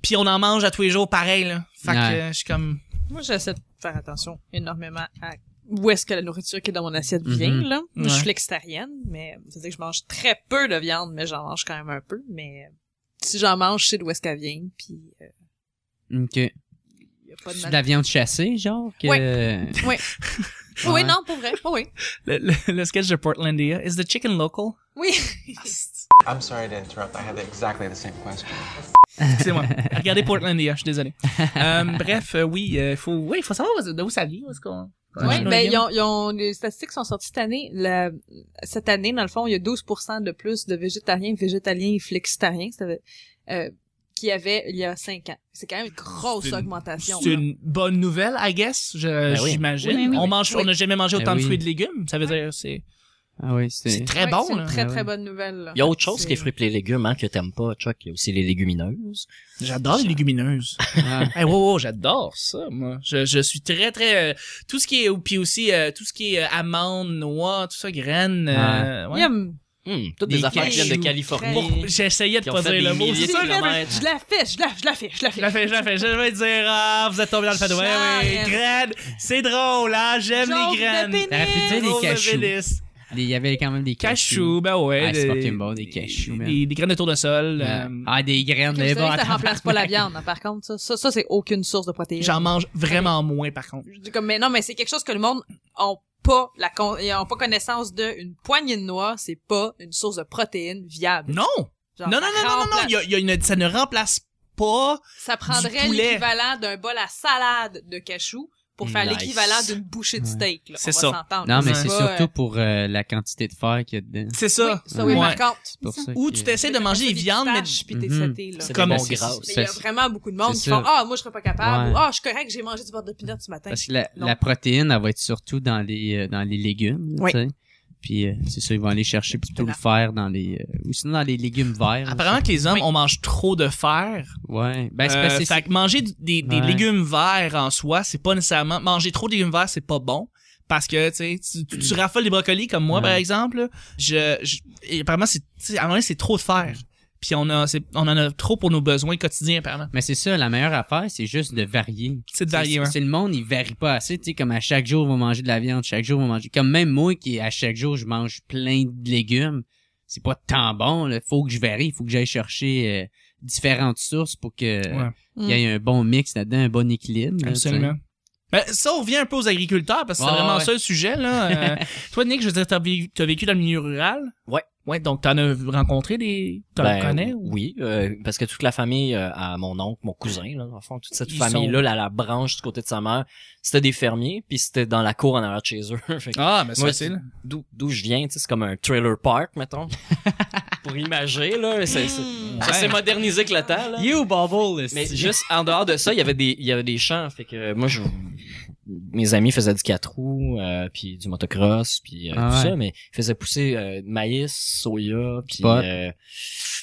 A: puis on en mange à tous les jours pareil là. Fait que
D: Ouais.
A: euh, je suis comme
C: Moi, j'essaie de faire attention énormément à où est-ce que la nourriture qui est dans mon assiette vient,
D: Mhm.
C: là. Moi, je
A: Ouais.
C: suis flexitarienne, mais c'est-à-dire que je mange très peu de viande, mais j'en mange quand même un peu. Mais euh, si j'en mange, je sais d'où est-ce qu'elle vient, puis euh,
D: Ok.
C: y a pas de
D: C'est
C: mal.
D: de la viande chassée, genre. Que... *laughs*
C: Oui,
D: Ouais.
C: non, pour vrai. Oh, oui.
A: le, le- le sketch de Portlandia, is the chicken local?
C: Oui.
G: I'm sorry to interrupt. I had exactly the same question.
A: Excusez-moi. Regardez Portlandia, je suis désolé. Euh, bref, euh, oui, euh, faut, ouais, faut savoir d'où ça vient. Est-ce qu'on...
C: Oui,
A: Ouais.
C: ben, ils ont, ils ont- les statistiques sont sorties cette année. La- cette année, dans le fond, il y a 12 de plus de végétariens, végétaliens et flexitariens ça veut- euh, qu'il y avait il y a 5 ans. C'est quand même une grosse
A: C'est une-
C: augmentation.
A: C'est
C: là.
A: une bonne nouvelle, I guess, je-
B: Ben oui.
A: j'imagine.
E: Oui, oui,
A: on
E: oui.
A: mange,
C: Oui.
A: on n'a jamais mangé
D: Ben
A: autant de
D: oui.
A: fruits et de légumes. Ça veut dire, c'est,
D: Ah oui,
A: c'est
D: c'est.
A: très hein.
C: Ouais,
A: bon,
C: C'est une
A: là.
C: très,
D: Ah
C: très
D: ouais.
C: bonne nouvelle. là.
B: Il y a autre chose
C: C'est-
B: qui est fruits et les légumes hein, que t'aimes pas, Chuck. Il y a aussi les légumineuses.
A: J'adore les
C: *laughs*
A: légumineuses.
D: Ah.
A: hey, wow, wow, j'adore ça, moi. Je, je suis très, très, euh, tout ce qui est, puis aussi, euh, tout ce qui est euh, amandes, noix, tout ça, graines, euh, ouais.
C: Yum.
B: Hmm, toutes
A: Des
B: des, affaires qui viennent
A: cashews.
B: de Californie.
A: Pour- j'essayais de
B: Qui ont
A: pas
B: fait
A: dire
B: des
A: le mot.
B: milliers
A: C'est
B: de
A: ça,
C: Je *laughs*
A: là.
C: l'avais-
B: kilomètres.
C: je la fais, je la, je la fais, je la
A: Je
C: fais.
A: la fais, je la fais, je vais dire, ah, vous êtes tombé dans le fadeau. Ouais, ouais,
C: J'arrête.
A: graines, c'est drôle, hein, j'aime
C: Jauge
A: les
C: de
A: graines.
C: pénis.
D: T'aurais pu dire
A: Rose
D: des cachous. Des-
A: Vélis.
D: Il y avait quand même des cachous.
A: Cachou, ben ouais.
D: Ah, c'est
A: des-
D: fucking bon, des cachous, man.
A: Des, des graines de tournesol.
D: Ah,
A: euh,
D: Ah, des graines.
C: Vous
D: mais
C: savez
D: bon,
C: que ça
D: attends.
C: remplace pas la viande, hein, par contre. Ça, ça, ça, c'est aucune source de protéines.
A: J'en mange vraiment moins, par contre.
C: Je dis comme, mais non, mais c'est quelque chose que le monde ont pas la con- ils ont pas connaissance de une poignée de noix, c'est pas une source de protéines viable.
A: Non!
C: Genre,
A: Non, non, non,
C: ça
A: non, non, non,
C: remplace-
A: il y a- il y a une- ça ne remplace pas.
C: Ça
A: du
C: prendrait
A: poulet.
C: l'équivalent d'un bol à salade de cachou pour faire
B: Nice.
C: l'équivalent d'une bouchée de steak. là.
A: C'est
C: On
A: ça.
C: Va s'entendre.
D: Non, mais
A: Ouais.
D: c'est
C: pas,
D: surtout
C: euh,
D: pour euh, la quantité de fer qu'il y a dedans.
A: C'est ça.
C: oui, ça, oui,
A: Ouais.
C: par contre.
D: C'est pour ça
A: Ou
D: que-
A: tu t'essaies de
C: Mais
A: manger
C: t'as
A: des
C: pas
A: viandes, mais
C: pistaches, puis t'es
D: Mhm.
C: saté, là.
B: C'est
A: Comme
B: des
A: on
B: bonnes
A: grasse.
B: grasses.
C: Mais il y a
D: C'est-
C: vraiment beaucoup de monde
D: c'est
C: qui font
D: ça.
C: Ah, moi, je serais pas capable.
D: Ouais.
C: Ou Ah, je suis correct, j'ai mangé du beurre de pinot ce matin.
D: Parce que la,
C: Non.
D: la protéine, elle va être surtout dans les, euh, dans les légumes.
C: Oui.
D: tu sais. Puis euh, c'est ça, ils vont aller chercher plutôt le
C: Voilà.
D: fer dans les. euh, ou sinon dans les légumes verts.
A: apparemment que les hommes, on mange trop de fer.
D: aussi. Ouais. Ben, c'est
A: Euh,
D: parce que
A: fait
D: c'est-
A: que manger du- des, des
D: Ouais.
A: légumes verts en soi, c'est pas nécessairement. Manger trop de légumes verts, c'est pas bon. Parce que tu, sais, tu, tu- tu raffoles des brocolis comme moi,
D: Ouais.
A: par exemple. là. Je, je- et apparemment, c'est, tu sais, à un moment donné, c'est trop de fer. Puis on, a, c'est- on en a trop pour nos besoins quotidiens, apparemment.
D: Mais c'est ça, la meilleure affaire, c'est juste de varier.
A: C'est de varier. hein.
D: C'est le monde, il varie pas assez. Tu sais, comme à chaque jour, on va manger de la viande, chaque jour, on va manger. Comme même moi, qui à chaque jour, je mange plein de légumes, c'est pas tant bon. Il faut que je varie, il faut que j'aille chercher euh, différentes sources pour que
A: Ouais. Mm.
D: il y ait un bon mix là-dedans, un bon équilibre. là, tu sais.
A: Absolument. Ben, ça, on revient un peu aux agriculteurs, parce que c'est
D: Ouais,
A: vraiment
D: ouais.
A: ça le sujet, là. Euh, *laughs* toi, Nick, je veux dire, t'as vécu, t'as vécu dans le milieu rural.
B: Ouais.
A: Ouais, donc t'en as rencontré des... T'en
B: Ben,
A: connais? ou-
B: Oui, euh, parce que toute la famille, euh, à mon oncle, mon cousin, là, dans le fond, toute cette
A: Ils
B: famille-là, la, la branche du côté de sa mère, c'était des fermiers, puis c'était dans la cour en arrière de chez eux. *laughs* Fait que
A: Ah, mais c'est
B: Moi,
A: facile.
B: D'où d'où je viens, tu sais, c'est comme un trailer
A: *laughs*
B: park, mettons. Pour imager, là. c'est- c'est-
C: Mm.
B: Ça s'est modernisé avec le temps, là.
D: You bubble,
B: Mais juste en dehors de ça, il y avait des, il y avait des champs. Fait que euh, moi, je, mes amis faisaient du 4 roues, euh, puis du motocross, puis euh,
D: Ah
B: tout
D: ouais.
B: ça, mais ils faisaient pousser euh, maïs, soya, puis
D: Pot.
B: euh,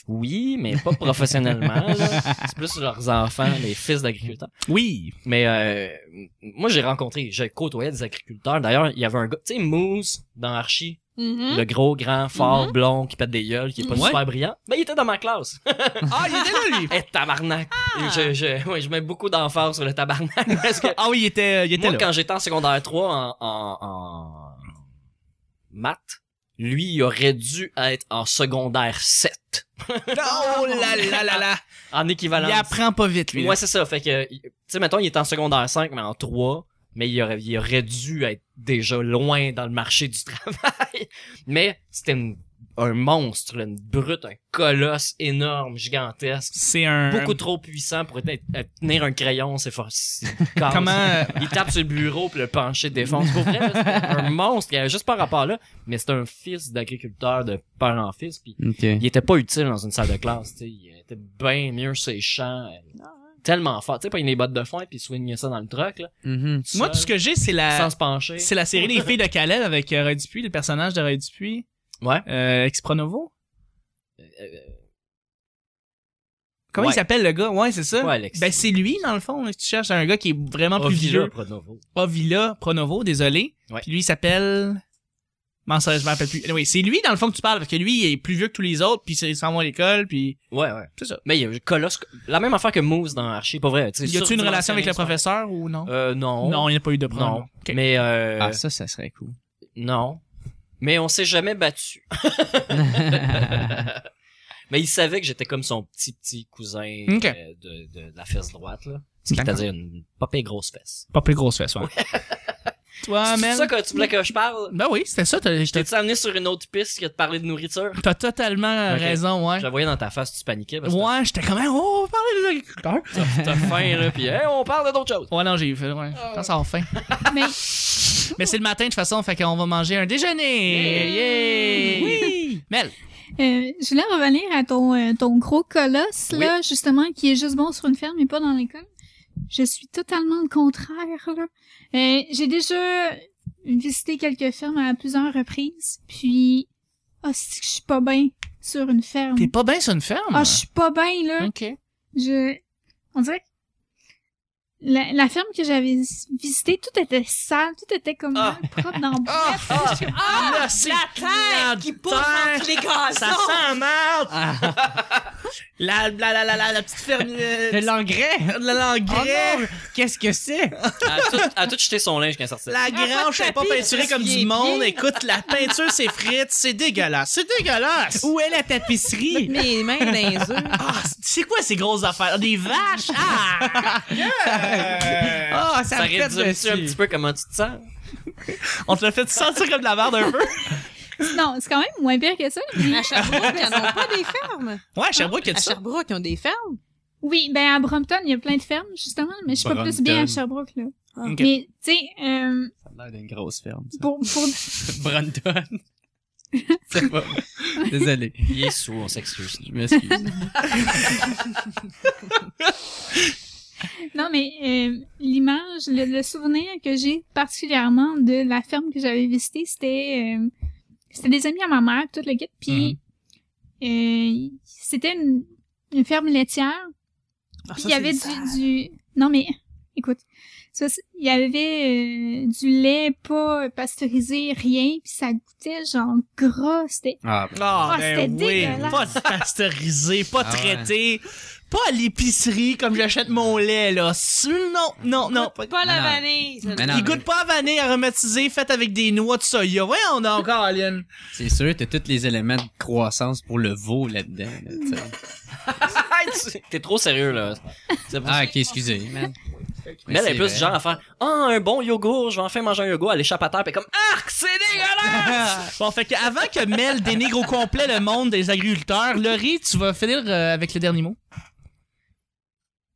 B: oui, mais pas professionnellement. là. C'est plus leurs enfants, les fils d'agriculteurs.
D: *laughs*
A: Oui.
B: Mais euh, m- moi, j'ai rencontré, j'ai côtoyé des agriculteurs. D'ailleurs, il y avait un gars, tu sais, Moose dans Archie,
C: Mhm.
B: le gros, grand, fort, blond, qui pète des gueules, qui est pas
A: Ouais.
B: super brillant. Ben, il était dans ma classe.
A: Ah, il était là, lui.
B: Eh, tabarnak! Et Je, je, ouais, je mets beaucoup d'emphase sur le tabarnak *laughs* parce que
A: Ah oui, il était, il était
B: moi,
A: là.
B: quand j'étais en secondaire 3 en, en, en maths, lui, il aurait dû être en secondaire 7
A: Oh là là là là.
B: en équivalent.
A: Il apprend pas vite, lui. là.
B: Ouais, c'est ça. Fait que, il- tu sais, mettons, il est en secondaire 5, mais en 3, mais il aurait, il aurait dû être déjà loin dans le marché du *laughs* travail. Mais c'était une- un monstre, là, une brute, un colosse énorme, gigantesque.
A: C'est un.
B: beaucoup trop puissant pour être- être- tenir un crayon, c'est fort.
A: *laughs*
B: c'est casse.
A: Comment. euh,
B: Il tape sur le bureau puis le pencher défonce. Pour vrai, là, c'est
A: *laughs*
B: un monstre. Il y avait juste par rapport là, mais c'est un fils d'agriculteur de père en fils. Puis
D: OK.
B: il était pas utile dans une salle de classe. tu sais. Il était bien mieux sur ses champs. euh, Tellement fort. Tu sais, pas les bottes de foin puis swingait ça dans le truck là.
D: Mhm.
A: Moi, tout ce que j'ai, c'est la.
B: sans se pencher.
A: C'est la série
B: *laughs*
A: Les filles de Calais avec euh, Ray Dupuis, le personnage de Ray Dupuis.
B: Ouais.
A: Euh, Expronovo.
B: Euh,
A: Comment
B: Ouais.
A: il s'appelle le gars? Ouais, c'est ça.
B: Ouais, Alex.
A: Ben, c'est lui, dans le fond, là, que tu cherches. un gars qui est vraiment plus
B: Ovila
A: vieux.
B: Pronovo.
A: Ovila Pronovo, désolé.
B: Ouais.
A: Puis lui, il s'appelle... M'en sais, je m'en rappelle plus. Anyway, c'est lui, dans le fond, que tu parles, parce que lui, il est plus vieux que tous les autres, puis il s'en va à l'école, puis...
B: Ouais, ouais.
A: C'est ça.
B: Mais il y a un colosse. La même affaire que Moose dans Archie, pas vrai.
A: Y a-tu une relation avec le professeur ou non?
B: Euh, non.
A: non, il n'y a pas eu de problème.
B: Non.
A: Ok.
B: Mais euh,
D: Ah, ça, ça serait cool.
B: Non. Mais on s'est
A: *laughs*
B: jamais battu. Mais il savait que j'étais comme son petit petit cousin
A: Ok.
B: euh, de, de, de la fesse droite là,
A: D'accord.
B: c'est-à-dire une pas pire grosse fesse.
A: Pas plus grosse fesse, ouais. *laughs* Toi,
B: c'est
A: Ah, man...
B: ça que tu voulais que je parle.
A: Ben oui, c'était ça. t'as-
B: Je t'ai
A: T'as
B: tu amené sur une autre piste que de parler de nourriture.
A: t'as totalement
B: Ok.
A: raison, ouais.
B: Je la voyais dans ta face, tu paniquais parce que
A: Ouais, j'étais comme, oh, on va parler des agriculteurs.
B: t'as- t'as faim là, puis hey, on parle de d'autres choses.
A: Ouais, non, j'ai eu faim, Ah, ouais. Je pense avoir faim.
E: Mais
A: Mais c'est le matin, de toute façon, fait qu'on va manger un déjeuner. Yay! Oui! Mel,
E: euh, je voulais revenir à ton, euh, ton gros colosse, là, justement, qui est juste bon sur une ferme et pas dans l'école. Je suis totalement le contraire, là. Euh, J'ai déjà visité quelques fermes à plusieurs reprises, puis... Ah, c'est que je suis pas bien sur une ferme.
A: t'es pas bien sur une ferme?
E: Ah, je suis pas bien, là.
A: OK.
E: Je... On dirait que la, la ferme que j'avais visitée, tout était sale, tout était comme
B: Ah.
E: mal *laughs* propre dans la
A: Ah!
E: boîte.
A: Ah!
C: Ah,
A: Là, c'est
C: la terre qui pousse
A: terre.
C: entre les gazons.
A: Ça sent mal! *laughs* La, la, la, la, la, la petite ferme... euh,
D: De l'engrais?
A: de Oh, l'engrais!
D: Qu'est-ce que c'est?
B: Elle a tout, elle a tout jeté son linge quand elle sortait.
A: la grange n'est Ah, pas
C: tapis,
A: peinturée comme
C: parce
A: du
C: qu'il est
A: monde. Écoute, la peinture s'effrite. C'est dégueulasse. C'est dégueulasse.
D: Où est la tapisserie?
C: *laughs* Mes mains dans les *laughs* œufs.
A: Ah, c'est quoi ces grosses affaires? Des vaches? Ah! Yeah!
D: Ah, ça,
B: Ça
D: me pète
B: réduit un
D: dessus.
B: petit peu comment tu te sens.
A: On te l'a fait sentir comme de la merde un peu.
E: Non, c'est quand même moins pire que ça. puis-
C: *laughs* À Sherbrooke, ils n'en ont pas des fermes.
A: Ouais, Sherbrooke, il y a de
C: À
A: ça.
C: Sherbrooke, ils ont des fermes.
E: Oui, ben à Brompton, il y a plein de fermes, justement, mais je suis pas plus bien à
D: Brompton.
E: Sherbrooke, là.
A: Ok.
E: Mais, tu sais, euh,
D: Ça a l'air d'une grosse ferme. ça.
E: pour, pour... *laughs*
D: Brandon. C'est pas bon. Désolé,
B: Il est sous, on s'excuse.
D: je m'excuse.
B: *laughs*
E: Non, mais euh, l'image, le, le souvenir que j'ai particulièrement de la ferme que j'avais visitée, c'était euh, c'était des amis à ma mère, tout le kit. Puis euh, c'était une, une ferme laitière.
C: Ah,
E: Puis
C: ça,
E: il y avait
C: c'est
E: du,
C: sale.
E: du... Non, mais écoute, ça, c'est- il y avait euh, du lait pas pasteurisé, rien, puis ça goûtait genre gras. C'était
D: Ah,
A: Ah,
E: Ah, c'était dégueulasse.
A: Pas pasteurisé, pas
D: Ah ouais.
A: traité, pas à l'épicerie comme j'achète mon lait, là. Su- Non, non, non.
C: Pas, pas la
D: Non.
C: vanille. ça.
D: Mais non.
A: Il goûte pas à vanille aromatisée faite avec des noix de soya. Ouais, on a encore, Aline.
D: c'est sûr, t'as tous les éléments de croissance pour le veau là-dedans. là, tu sais.
B: T'es trop sérieux là. C'est pour ça.
D: ah, ok, excusez. man.
B: Mais elle est
D: c'est
B: plus
D: vrai.
B: du genre à faire Ah, un bon yogourt, je vais enfin manger un yogourt, elle échappe à terre, pis comme Arc, c'est dégueulasse!
A: *laughs* Bon, fait que avant que Mel dénigre au complet le monde des agriculteurs, Laurie, tu vas finir euh, avec le dernier mot.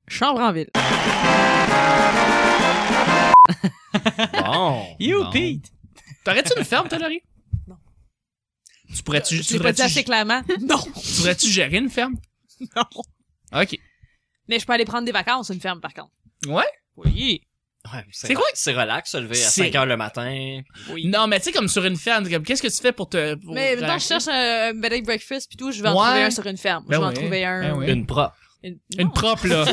C: Chambre en ville.
B: ah! bon.
A: You,
D: Bon.
A: Pete. T'aurais-tu une ferme, toi, Laurie?
C: Non.
A: Tu pourrais-tu
C: Je
A: tu
C: l'ai pas dit
A: pourrais-tu-
C: assez clairement. *laughs* Non.
A: tu pourrais-tu gérer une ferme?
C: *laughs* Non.
A: OK.
C: Mais je peux aller prendre des vacances, une ferme, par contre.
A: Ouais?
C: Oui.
B: Ouais,
A: C'est quoi?
B: C'est relax, se lever à
A: C'est-
B: 5 heures le matin. Oui.
A: Non, mais tu sais, comme sur une ferme, comme, qu'est-ce que tu fais pour te. pour
C: Mais maintenant,
A: relaxer?
C: je cherche un bed and breakfast puis tout, je vais en
A: Ouais.
C: trouver un sur une ferme.
A: Ben
C: je vais en
A: oui.
C: trouver un.
A: Ben oui.
B: Une propre.
C: Une,
A: Une
C: non.
A: propre,
C: *laughs*
A: là.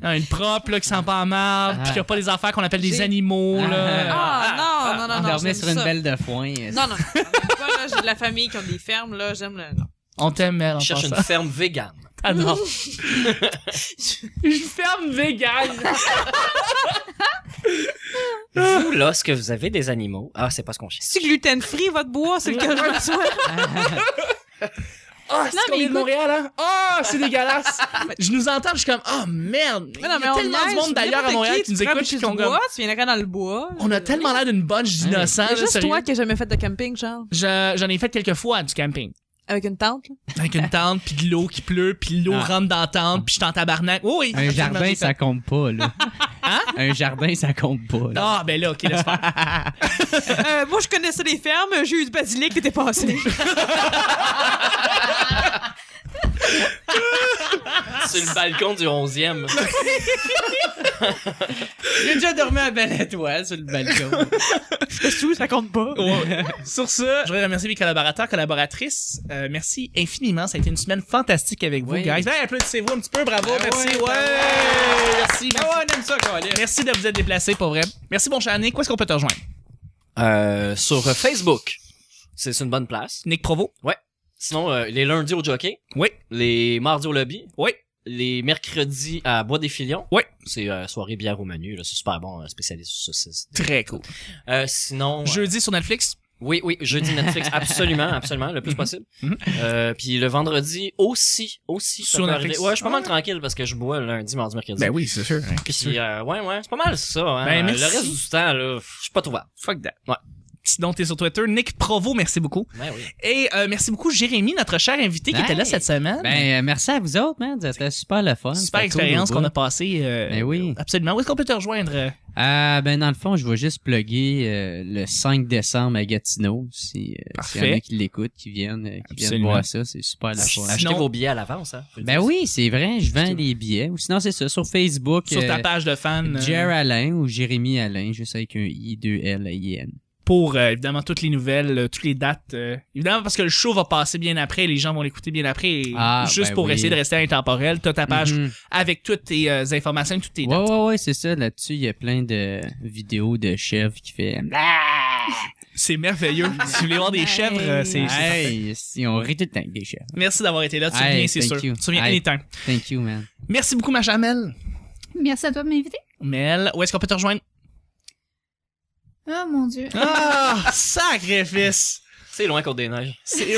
A: Non, une propre, là, qui sent pas en marde,
D: Ah.
A: puis qui a pas les affaires qu'on appelle des
C: J'ai-
A: animaux, là.
C: Ah, non, non, non,
D: On
C: non.
D: dormait
C: j'aime
D: sur une
C: ça.
D: belle de foin. euh,
C: Non, non. non. Moi, là, j'ai de la famille qui ont des fermes, là, j'aime le. non.
A: On t'aime, elle, en
B: Je cherche
A: passant.
B: une ferme vegan.
A: Ah non.
C: *laughs*
A: *laughs* une ferme végane.
B: Vous, lorsque vous avez des animaux, ah, c'est pas ce qu'on cherche.
C: C'est gluten-free, votre bois, c'est lequel je *laughs* me souhaite.
A: Ah, c'est
E: Non, mais
A: combien de
E: écoute-
A: Montréal, hein? Ah, c'est *laughs* dégueulasse. je nous entends, je suis comme, ah, merde.
C: Mais non,
A: Il y
C: mais
A: a
C: on
A: tellement
C: niaise,
A: de monde d'ailleurs à
C: n'importe
A: Montréal qui nous
C: tu
A: écoute,
C: frappes
A: puis
C: chez
A: qui
C: du
A: ont comme,
C: bois, tu viendrais dans le bois.
A: on a tellement l'air d'une bunch d'innocents,
C: C'est
A: là,
C: juste
A: sérieux.
C: toi qui as jamais fait de camping, genre.
A: Je- J'en ai fait quelques fois du camping.
C: Avec une tente, là.
A: Avec une tente, puis de l'eau qui pleut, puis l'eau
D: Ah.
A: rentre dans la tente, puis je suis en tabarnak. Oh, oui,
D: Un
A: absolument, j'ai
D: jardin,
A: fait.
D: ça compte pas, là. Un jardin, ça compte pas, là.
A: Ah, ben là, OK, laisse faire.
C: *laughs* Euh, moi, je connaissais les fermes, j'ai eu du basilic qui était passé.
B: Sur le balcon du 11e.
D: *laughs* J'ai déjà dormi à belle étoile sur le balcon.
C: *laughs* Je suis ça compte pas.
D: *laughs*
A: Ouais. Sur ce, je voudrais remercier mes collaborateurs, collaboratrices. Euh, merci infiniment. Ça a été une semaine fantastique avec vous,
D: Oui.
A: guys. Ben, applaudissez-vous un petit peu. Bravo.
D: Ben
A: merci.
D: ouais,
A: Ouais.
D: ben ouais.
A: Merci. merci.
D: on aime ça, Colin.
A: Merci de vous être déplacés, pour vrai. Merci, mon cher Nick. Où est-ce qu'on peut te rejoindre?
B: Euh, sur euh, Facebook. C'est c'est une bonne place.
A: Nick Provo.
B: Sinon, euh, les lundis au jockey.
A: Oui.
B: Les mardis au lobby.
A: Oui.
B: Les mercredis à Bois des Filions.
A: Oui.
B: C'est euh, soirée bière au menu. là, C'est super bon, euh, spécialiste saucisses.
A: Très cool.
B: Euh, sinon... euh,
A: Jeudi sur Netflix.
B: Oui, oui, jeudi
A: *laughs*
B: Netflix, absolument, absolument, le plus possible.
A: Mhm.
B: Euh, puis le vendredi aussi, aussi. ça
A: Sur Netflix.
B: peut
A: Ah. Ben
B: arriver. Ouais, je suis pas mal tranquille parce que je bois lundi, mardi, mercredi.
A: oui, c'est sûr.
B: Puis, euh, ouais, ouais, c'est pas mal ça. Hein.
A: Ben,
B: Euh,
A: merci.
B: le reste du temps, là, je suis pas trouvable.
A: Fuck that.
B: Ouais.
A: Sinon, t'es sur Twitter. Nick Provo, merci beaucoup.
B: Ben oui.
A: Et euh, merci beaucoup, Jérémy, notre cher invité qui
D: Ben.
A: était là cette semaine.
D: Ben, euh, merci à vous autres, man. C'était super le fun.
A: Super
D: C'était
A: expérience
D: cool au
A: qu'on
D: bout.
A: a passée. euh,
D: Ben oui.
A: Absolument. Où est-ce qu'on peut te rejoindre? euh,
D: Ah, ben, dans le fond, je vais juste plugger euh, le 5 décembre à Gatineau. Si, euh, s'il y en
A: Parfait.
D: a qui l'écoutent, qui viennent, euh, qui viennent
A: Absolument.
D: voir ça, c'est super le fun.
B: Achetez
A: Sinon-
B: vos billets à l'avance. Hein, faut le
D: Ben
B: dire.
D: oui, c'est vrai, je vends des billets. Ou sinon, c'est ça, sur Facebook.
A: Sur ta
D: euh,
A: page de fan. euh,
D: Jer Alain ou Jérémy Alain, juste avec un I, 2 L, I, N.
A: pour euh, évidemment toutes les nouvelles, euh, toutes les dates. euh, évidemment parce que le show va passer bien après, les gens vont l'écouter bien après. et
D: Ah,
A: juste
D: ben
A: pour
D: oui.
A: essayer de rester intemporel, t'as ta page
D: Mhm.
A: avec toutes tes euh, informations, et toutes tes
D: Ouais,
A: dates.
D: ouais, ouais, c'est ça. Là-dessus, il y a plein de vidéos de chèvres qui fait.
A: Ah,
D: Ah,
A: C'est *laughs* merveilleux. si vous voulez voir des chèvres, euh, c'est c'est parfait.
D: Hey, si on rit tout le temps avec des chèvres.
A: Merci d'avoir été là. Tu
D: Hey,
A: reviens, c'est
D: thank
A: sûr.
D: you.
A: Tu reviens
D: Hey.
A: anytime.
D: Thank you, man.
A: Merci beaucoup, ma chère Mel.
E: Merci à toi de m'inviter.
A: Mel, où est-ce qu'on peut te rejoindre?
E: Oh mon Dieu.
A: Ah, sacrifice!
B: C'est loin qu'on déneige.
A: C'est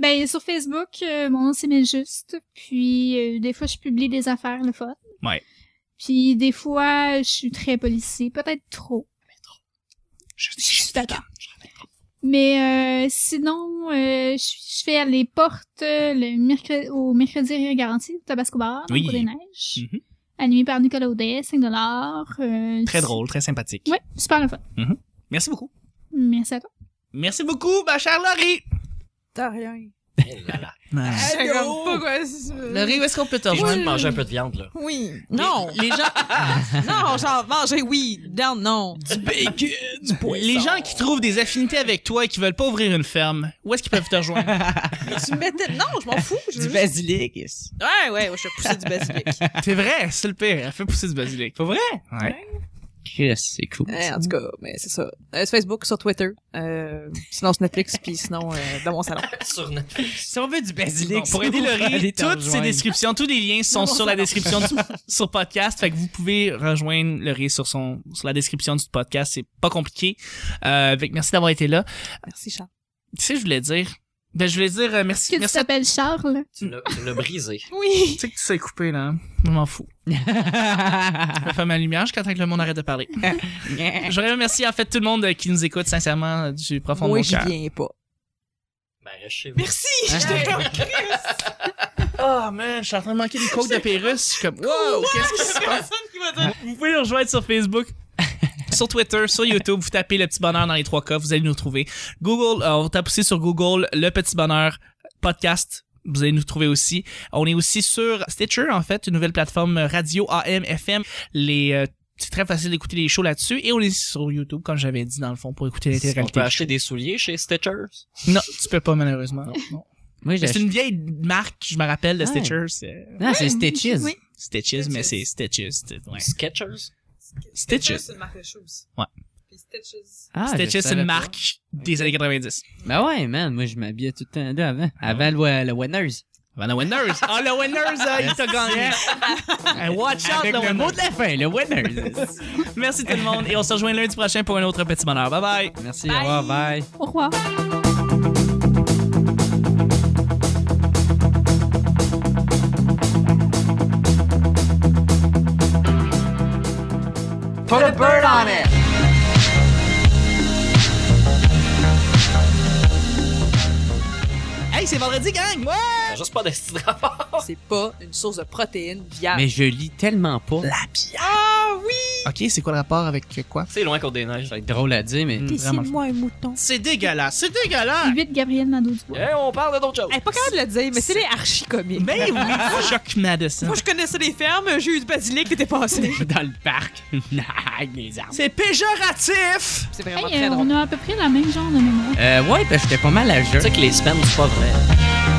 E: Ben, sur Facebook, euh, mon nom c'est Meljuste. Puis, euh, des fois, je publie des affaires, le fun.
A: Ouais.
E: Puis, des fois, je suis très policier. Peut-être trop.
A: Je
E: Je suis d'accord. Mais euh, sinon, euh, je, je fais les portes euh, le mercredi, au mercredi Rire Garanti, au Tabasco Bar,
A: Oui.
E: au Cours des Neiges.
A: Mhm.
E: Animé par Nicolas Audet, 5 euh,
A: Très drôle, très sympathique.
E: Ouais, super le fun.
A: Merci beaucoup.
E: Merci à toi.
A: Merci beaucoup, ma chère Laurie!
C: T'as rien.
B: Eh là là.
C: Je sais
A: Allô?
C: comme pas quoi, c'est-
A: Laurie, où est-ce qu'on peut te
B: T'es
A: rejoindre?
B: juste de manger un peu de viande, là.
C: Oui. Non. Les gens. non, genre, manger, oui. Down, non.
A: *laughs* Les gens qui trouvent des affinités avec toi et qui veulent pas ouvrir une ferme, où est-ce qu'ils peuvent te
D: *laughs*
A: rejoindre?
C: Tu me mettais. Non, je m'en fous. je veux juste-
D: basilic.
C: Ouais, ouais, je vais pousser du basilic. *laughs*
A: c'est vrai, c'est le pire. Elle fait pousser du basilic.
D: Pas vrai?
A: Ouais.
D: Chris, c'est cool.
C: Ouais, Eh, en tout cas, mais c'est ça. Euh, sur Facebook, sur Twitter, euh, sinon sur Netflix, puis sinon euh, dans mon salon.
B: Sur Netflix.
D: Si on veut du basilic,
A: Bon, pour aider Laurie, toutes ces descriptions, tous les liens sont
C: Non,
A: sur
C: ça
A: la
C: va.
A: description
D: *laughs*
A: du, sur podcast. Fait que vous pouvez rejoindre Laurie sur son, sur la description du podcast. C'est pas compliqué. Euh, fait que merci d'avoir été là.
C: Merci, Charles.
A: Tu sais, je voulais dire, ben, je voulais dire, euh, merci,
E: Que tu
A: merci à-
E: t'appelles Charles.
B: Tu l'as tu l'as brisé.
C: Oui.
A: Tu sais que tu sais couper, là. hein? Je m'en fous. Je vais faire ma lumière jusqu'à temps que le monde arrête de parler. Je voudrais remercier, en fait, tout le monde euh, qui nous écoute, sincèrement, euh, du profond de
C: Moi,
A: mon
C: j'y
A: cœur.
C: viens
E: *laughs*
C: pas.
B: Ben, reste chez vous.
C: Merci. Je te remercie.
A: Oh man, je suis en train de manquer des coques de Pérus. Je suis comme, wow, qu'est-ce qui se passe?
C: Personne qui va dire.
A: Vous pouvez nous rejoindre sur Facebook. *laughs* sur Twitter, sur YouTube, vous tapez le petit bonheur dans les trois cas, vous allez nous trouver. Google, euh, on tape aussi sur Google le petit bonheur podcast. Vous allez nous trouver aussi. On est aussi sur Stitcher, en fait, une nouvelle plateforme radio AM, FM. Les, euh, c'est très facile d'écouter les shows là-dessus. Et on est sur YouTube, comme j'avais dit, dans le fond, pour écouter
B: On
A: l'intégralité.
B: peut acheter des souliers chez Stitchers.
A: Non, tu peux pas, malheureusement. Non.
D: Moi, j'ai
A: Mais C'est
D: acheté-
A: une vieille marque, je me rappelle, de Stitcher. C'est
D: Non, c'est Stitches.
E: Oui.
A: Stitches, mais c'est Stitches. c'est- ouais.
B: Sketchers.
A: Stitches.
C: C'est une marque de choses.
A: Ouais.
C: Puis Stitches.
D: Ah, je
A: Stitches, c'est
D: savais
A: une
D: pas.
A: marque des années 90.
D: Ben ouais, man, moi, je m'habillais tout le temps là avant.
A: Ah
D: Avant le, le winner's.
A: Avant le Winners. Ah, le Winners, euh, il t'a gagné. *laughs* Hey, watch out,
D: Avec
A: le
D: le
A: Winners.
D: mot de la fin, le winner's.
A: Merci tout le monde et on se rejoint lundi prochain pour un autre petit bonheur. Bye bye.
D: *laughs* Merci, au revoir, bye.
E: Au revoir.
H: Put a bird on it.
A: Hey, c'est vendredi, gang. Ouais.
B: Ça a Juste pas de petit rapport.
C: Oh. C'est pas une source de protéines
A: Ah.
C: viable.
D: Mais je lis tellement pas.
A: Ok, c'est quoi le rapport avec quoi?
B: *laughs* C'est loin qu'on déneige.
D: Ça va être drôle à dire, mais.
E: Dessine-moi un mouton.
A: C'est dégueulasse. C'est *laughs* dégueulasse.
E: 8 Gabriel Nadeau-Dubois.
B: Eh, on parle de d'autres choses.
C: Elle est pas capable de le dire, mais c'est les archi comiques.
A: Mais Ben oui, Chuck Madison.
C: Moi, je connaissais les fermes, j'ai eu du basilic, t'étais passé.
D: Dans le
A: *laughs*
D: parc. Avec des arbres.
A: C'est péjoratif.
C: C'est vraiment
E: Hey,
C: très
E: euh,
C: drôle.
E: on a à peu près la même genre de mémoire.
A: ben,
D: Euh, ouais, parce que j'étais pas mal à
B: Tu
D: jeu.
B: sais que les semaines, c'est pas vrai.